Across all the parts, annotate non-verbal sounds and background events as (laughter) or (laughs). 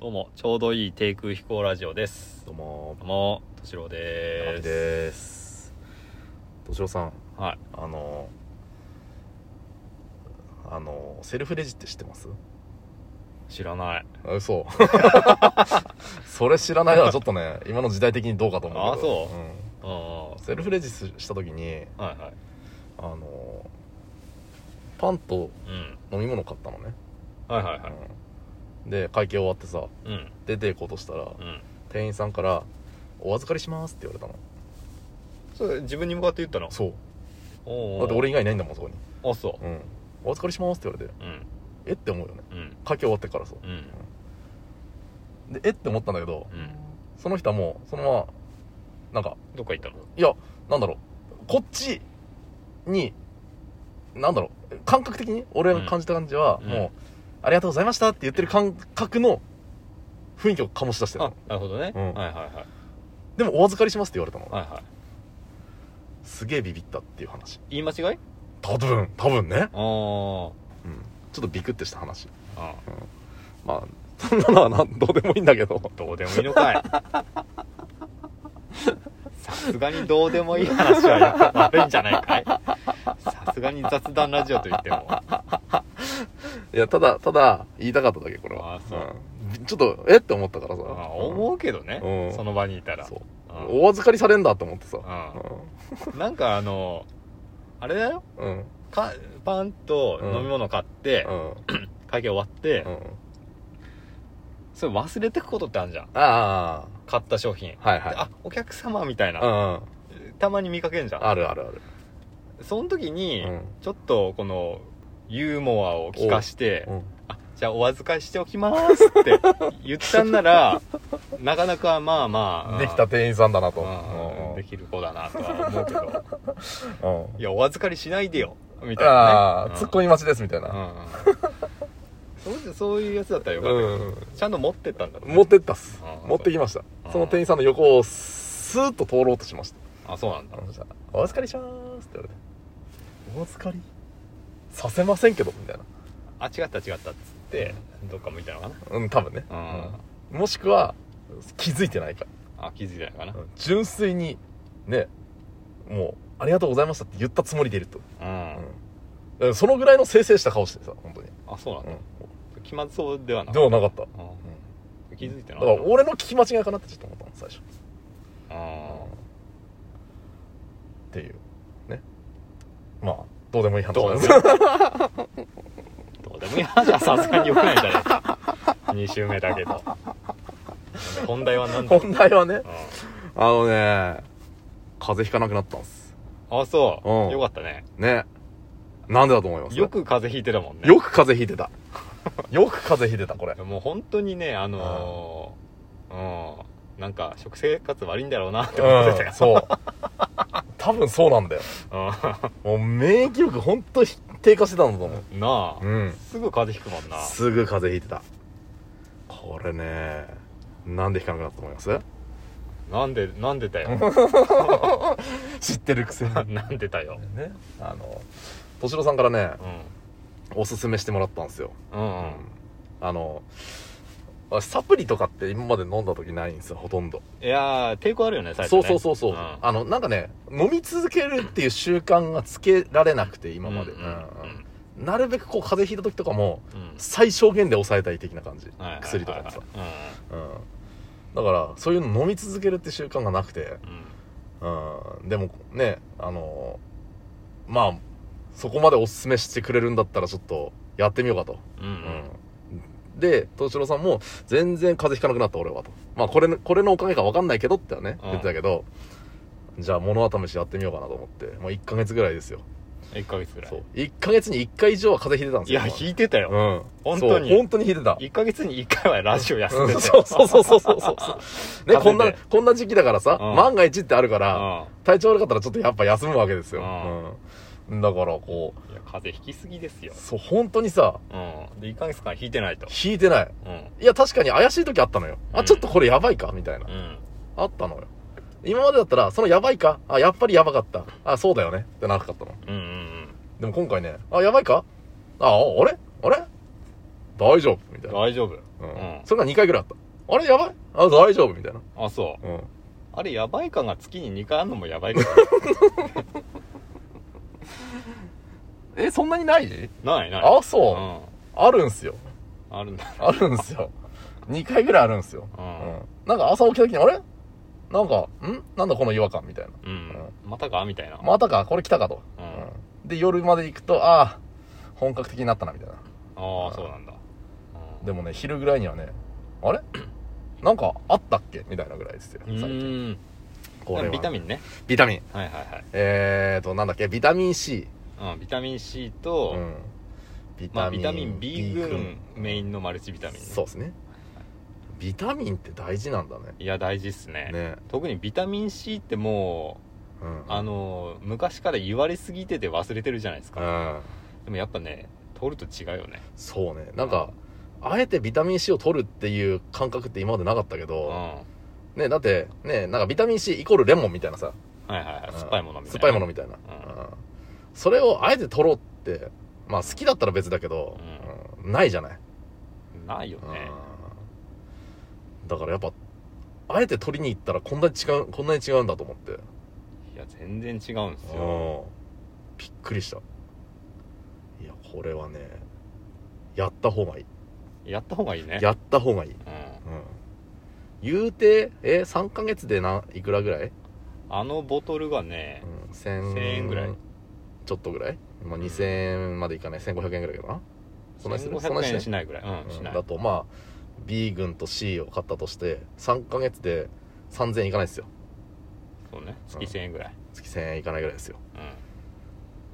どうも、ちょうどいい低空飛行ラジオです。どうもどうも、敏郎高で見す。です敏郎さんはい。あのあのセルフレジって知ってます知らない。あ嘘 (laughs) それ知らないのはちょっとね今の時代的にどうかと思うけどあそうん。はん、セルフレジした時にいはい。あのパンとうん。飲み物買ったのね、はいはいはい。うんで会計終わってさうん。出て行こうとしたうらん。店員さんから「お預かりします」って言われたのそれ、自分に向かって言ったのそうおうおうだって俺以外いないんだもんそこにあ、そうん、お預かりしますって言われてう。うん。えって思うよねうん。書き終わってからそううん。でえって思ったんだけどうん。その人はもうそのままなんかどっか行ったのいやなんだろうこっちになんだろう感覚的に俺が感じた感じは、うんもう、ありがとうございましたって言ってる感覚の雰囲気を醸し出してるあの、なるほどね。うんはいはいはい。でもお預かりしますって言われたの、はいはい。すげえビビったっていう話言い間違い多分多分ね、あーうん、ちょっとビクってした話あ。まあそんなのはなどうでもいいんだけどどうでもいいのか (laughs) い。さすがにどうでもいい話はやっぱ悪いんじゃないかい。さすがに雑談ラジオと言っても。いや、ただ、ただ、言いたかっただけ、これは。あーそうんちょっと、えって思ったからさ。まあ思うけどね、うんその場にいたうんらそう。うんお預かりされんだと思ってさ。なんかあのあれだようん。うん。かパンと飲み物買って、うん。会計終わって、うんそれ忘れてくことってあるじゃんあ買った商品、あ、はいではあお客様みたいい。うんな、。たまに見かけんじゃんあるあるある。その時に、うんちょっとこのユーモアを聞かして、うん。あじゃあお預かりしておきます (laughs) って言ったんならなかなかまあまあできた店員さんだなと。うんできる子だなとは思うけどうん。うんいや、お預かりしないでよ。みたいな、あね。あ、ツッコミ待ちです、みたいうんな。うんうんそうそういうやつだったらよかったけど、うん。ちゃんと持ってったんだね持ってったっすあ。ー持ってきましたあー。その店員さんの横を、スーッと通ろうとしました。あ、そうなんだ。お預かりしますって言われて。お預かりさせませんけど、みたいな。あ、違った違ったっつって、どっか向いたのかな。うん、多分ね。うんもしくは、気づいてないか。あ、気づいたのかな。純粋に、ね、もう、ありがとうございましたって言ったつもりでいると。うん。うん。そのぐらいの清々した顔してさ、本当に。あ、そうなんだ。う。気まずそうではなんい。ではなかった。うんうん気づいてだなかかっらた。俺の聞き間違いかなってちょっと思ったの、最初。うんっていう。ね。まあ、どうでもいい話どうでですもいい。どうでもいい話はさすがに良くないんじゃ (laughs) ないか。2週目だけ (laughs) ど。本題は何だろう。 (laughs) 本題はね、うあのね、風邪ひかなくなったんです。んあ、そうう。んよかったね。ね。なんでだと思いますよく風邪ひいてたもんね。よく風邪ひいてた。よく風邪ひいてた、これ。もう本当にねあのーうんなんか食生活悪いんだろうなって思ってたうん、よ、そう。多分そうなんだよ。もう免疫力ほんと低下してたんだと思う。うん、なあ、うん。すぐ風邪ひくもんなすぐ風邪ひいてた。これね、なんで引かなくなったと思いますなんでなんでだよ知ってるくせに。ね。 (laughs) なんでだよ、あの、敏郎さんからね、うおすすめしてもらったんですよ。ん、うんううんあの、私サプリとかって今まで飲んだ時ないんですよ、ほとんど。いやー抵抗あるよね最初そねうそうそうそう、んあのなんかね飲み続けるっていう習慣がつけられなくて今まで、うんうんうんうんなるべくこう風邪ひいた時とかもうん最小限で抑えたい的な感じ、はいはいはいはい薬とかもさ、ううん、だからそういうの飲み続けるって習慣がなくて、んうんうん、でもねあのまあそこまでおすすめしてくれるんだったらちょっとやってみようかと、うんうんうん、で敏郎さんも「全然風邪ひかなくなった俺は」と「まあこれこれのおかげか分かんないけど」ってはねうん言ってたけど、じゃあ物試しやってみようかなと思ってもう1ヶ月ぐらいですよ1ヶ月ぐらいそう1ヶ月に1回以上は風邪ひいてたんですいよや引いてたよ、うん本当にそう本当にひいてた1ヶ月に1回はラジオ休んうでんたそようそうそうそうそうそうねこん風邪なでこんな時期だからさ、うん万が一ってあるかうら、ん体調悪かったらちょっとやっぱ休むわけですよ、ううん、だからこういや風邪ひきすぎですよ、そう本当にさうん、で1ヶ月間引いてないと引いてないうんいや確かに怪しい時あったのよ、うあんちょっとこれやばいかみたいなうんあったのよ。今までだったら、そのやばいかあ、やっぱりやばかった。あ、そうだよね。ってならなかったの。うんうんうんでも今回ね、あ、やばいかあ、ああれあれ大丈夫みたいな、大丈夫うんうんそれが2回ぐらいあったあれやばいあ大丈夫みたいな、あそううん、あれやばい感が月に2回あんのもやばいかえそんなにないらないないあそう、うんあるんすよあるんだあるんすよ2 (laughs) 回ぐらいあるんすよ、ううんんなんか朝起きた時にあれなんかんなんだこの違和感みたいなうんまたかみたいなまたかこれ来たかと、うんで夜まで行くとああ本格的になったなみたいなああそうなんだでもね昼ぐらいにはねあれ (clears throat) なんかあったっけみたいなぐらいですようんう最近ーんこれはビタミンねビタミンはいはいえーとなんだっけビタミン C はいうんビタミン C うとんビまあビタミン B 群メインンのマルチビタミンねそうですねビタミンって大事なんだねいや大事っすねね特にビタミン C ってもうんうあのー昔から言われすぎてて忘れてるじゃないですうかんでもやっぱね取ると違うよねそうねなんかあえてビタミン C を取るっていう感覚って今までなかったけうんど、はね、だってねなんかビタミン C イコールレモンみたいなさいはいはい酸っぱいものみたいな酸っぱいものみたいな、うんうんそれをあえて取ろうってまあ好きだったら別だけど、うんないじゃない、ないよねうんだからやっぱあえて取りに行ったらこんなに違うこんなに違うんだと思っていや全然違うんですようんびっくりしたいやこれはねやった方がいいやった方がいいねやった方がいい、うん、うん言うてえ3ヶ月でないくらぐらい、あのボトルがねうん、1000 1000円ぐらいちょっとぐらい、まあ、2000円までいかない1500円ぐらいかなそんなにするそんな1500にしな円しないいぐらいうんしうんないだとまあ B 軍と C を買ったとして3ヶ月で3000円いかないですよそうね月1000円ぐらい月1000円いかないぐらいですよ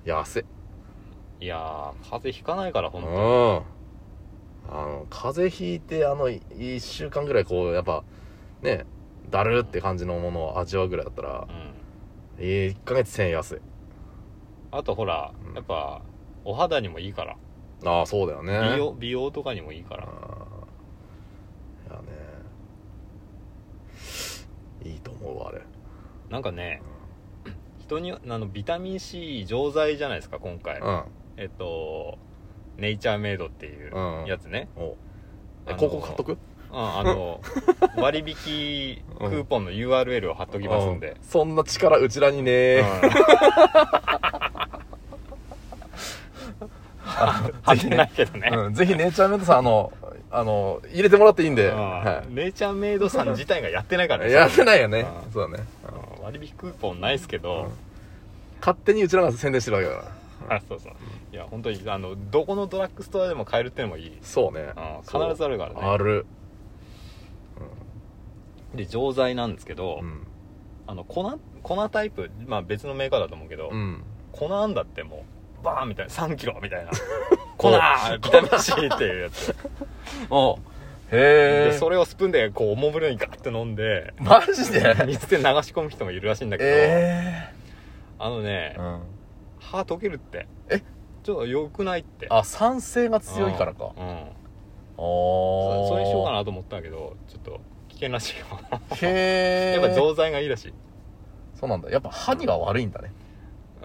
う安いんいやー風邪ひかないからう本ん当あにの風邪ひいてあの1週間ぐらいこうやっぱねだるって感じのものを味わうぐらいだったらうん1ヶ月1000円安いあとほらうんやっぱお肌にもいいからああそうだよね美容美容とかにもいいからうんいやねいいと思うわあれなんかね (clears throat) 人にあのビタミン C 錠剤じゃないですか今回うんえっとネイチャーメイドっていううんやつねおあえのここ買っとくうんあの (laughs) 割引クーポンの URL を貼っときますんでうそんな力うちらにね (laughs) 貼ってないけどね、 (laughs) うんぜひネイチャーメイトさんあのあの入れてもらっていいんで、うんはネイチャーメイドさん自体がやってないからい、やってないよねうんそうだね、うんうん割引クーポンないですけど、勝手にうちらが宣伝してるわけだからあそうそういや本当にあのどこのドラッグストアでも買えるってのもいい、うん、必そうね、ずそうあるからねある、で錠剤なんですけど、うんあの粉粉タイプ、まあ、別のメーカーだと思うけど、うん、粉あんだってもうバーンみたいな3キロみた (laughs) いな粉ビタミン C っていうやつおへでそれをスプーンでこうおもむろにガッて飲んでマジで水で流し込む人もいるらしいんだけど、えあのねえ、うん、歯溶けるってえちょっと良くないってあ酸性が強いからかうんうんそおーそれにしようかなと思ったけどちょっと危険らしいよへえやっぱ錠剤がいいらしい、そうなんだやっぱ歯には悪いんだね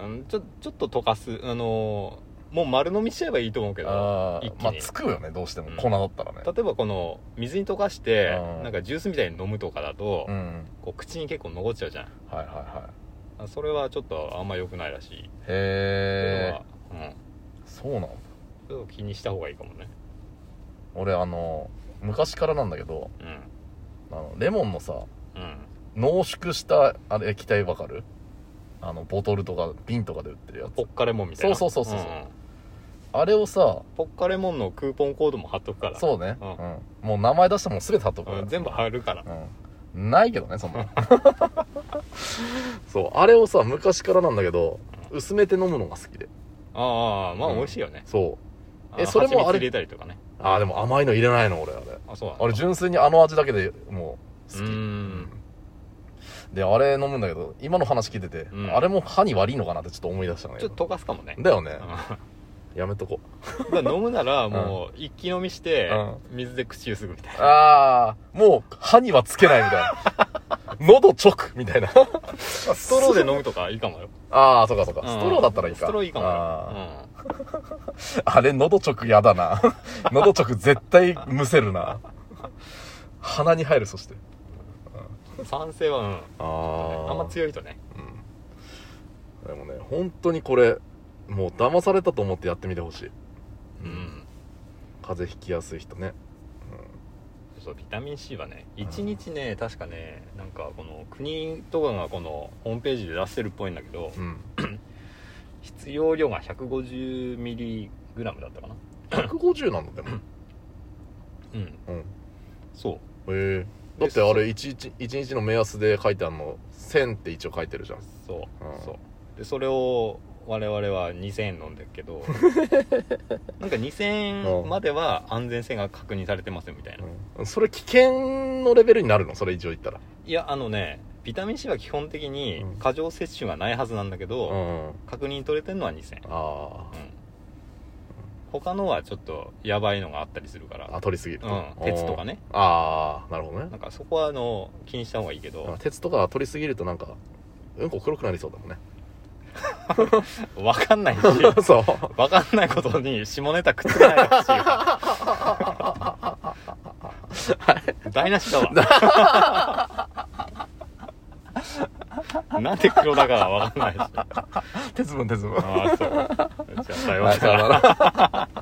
うん、ちょちょっと溶かすあのーもう丸飲みしちゃえばいいと思うけどあ一気にーまあつくよねどうしてもうん粉だったらね例えばこの水に溶かしてうんなんかジュースみたいに飲むとかだと、うんこう口に結構残っちゃうじゃんはいはいはいあそれはちょっとあんま良くないらしいへえっていうのは、うんそうなんだちょっと気にした方がいいかもね俺あの昔からなんだけどうんあのレモンのさうん濃縮したあれ液体わかるあのボトルとか瓶とかで売ってるやポつッカレモンみたいなそうそうそうそうんあれをさポッカレモンのクーポンコードも貼っとくからそうね、ううんんもう名前出したもん全て貼っとくから、うん全部貼るからうんないけどねそんな (laughs) そうあれをさ昔からなんだけど薄めて飲むのが好きでああまあうん美味しいよね、そうええそそれれももああれれ入れたりとかねああでも甘いの入れないの俺あれあそうなんだあれ純粋にあの味だけでもう好きうーんであれ飲むんだけど今の話聞いてて、うんあれも歯に悪いのかなってちょっと思い出したんだちょけっとど溶かすかもねだよねうん、だ (laughs) かやめとこら飲むならもう一気飲みしてう水で口ゆすぐみたいなああもう歯にはつけないみたいな (laughs) 喉直みたいな (laughs) ストローで飲むとかいいかもよ。ああそうかそうか、うんストローだったらいいかストローいいかもあーよ。うんあれ、喉直やだ (laughs) な。喉直絶対むせるな。鼻に入る、そして。酸性は、うん。ああんま強いとね。でもね、本当にこれ、もう騙されたと思ってやってみてほしい。うん。風邪ひきやすい人ね。そうビタミン C はね1日ね確かねなんかこの国とかがこのホームページで出してるっぽいんだけどうん。 (laughs) 必要量が 150mg だったかな150なんだ、でも。うんうん。そうへえ。だってあれ1日、一日の目安で書いてあるの、1000って一応書いてるじゃん。そううんそうでそれを我々は2000円飲んでるけ (laughs) どなんか2000う円んまでは安全性が確認されてますよみたいなうんそれ危険のレベルになるのそれ以上言ったら。いやあのねビタミン C は基本的にうん過剰摂取がないはずなんだけど、うん。確認取れてるのは2000あうん他のはちょっとやばいのがあったりするかあ。あ、ら、取りすぎるうん、鉄とか。ねああ、なるほどね。なんかそこはあの気にした方がいいけあど鉄とか取りすぎるとなんかうんこ黒くなりそう (laughs) だもんね分かんないし (laughs) そう分かんないことに下ネタくっつけないでほしいよ台無しだわ (laughs) なんで黒だから分かんないし鉄分鉄分ああそうじゃあさようはないらさよなら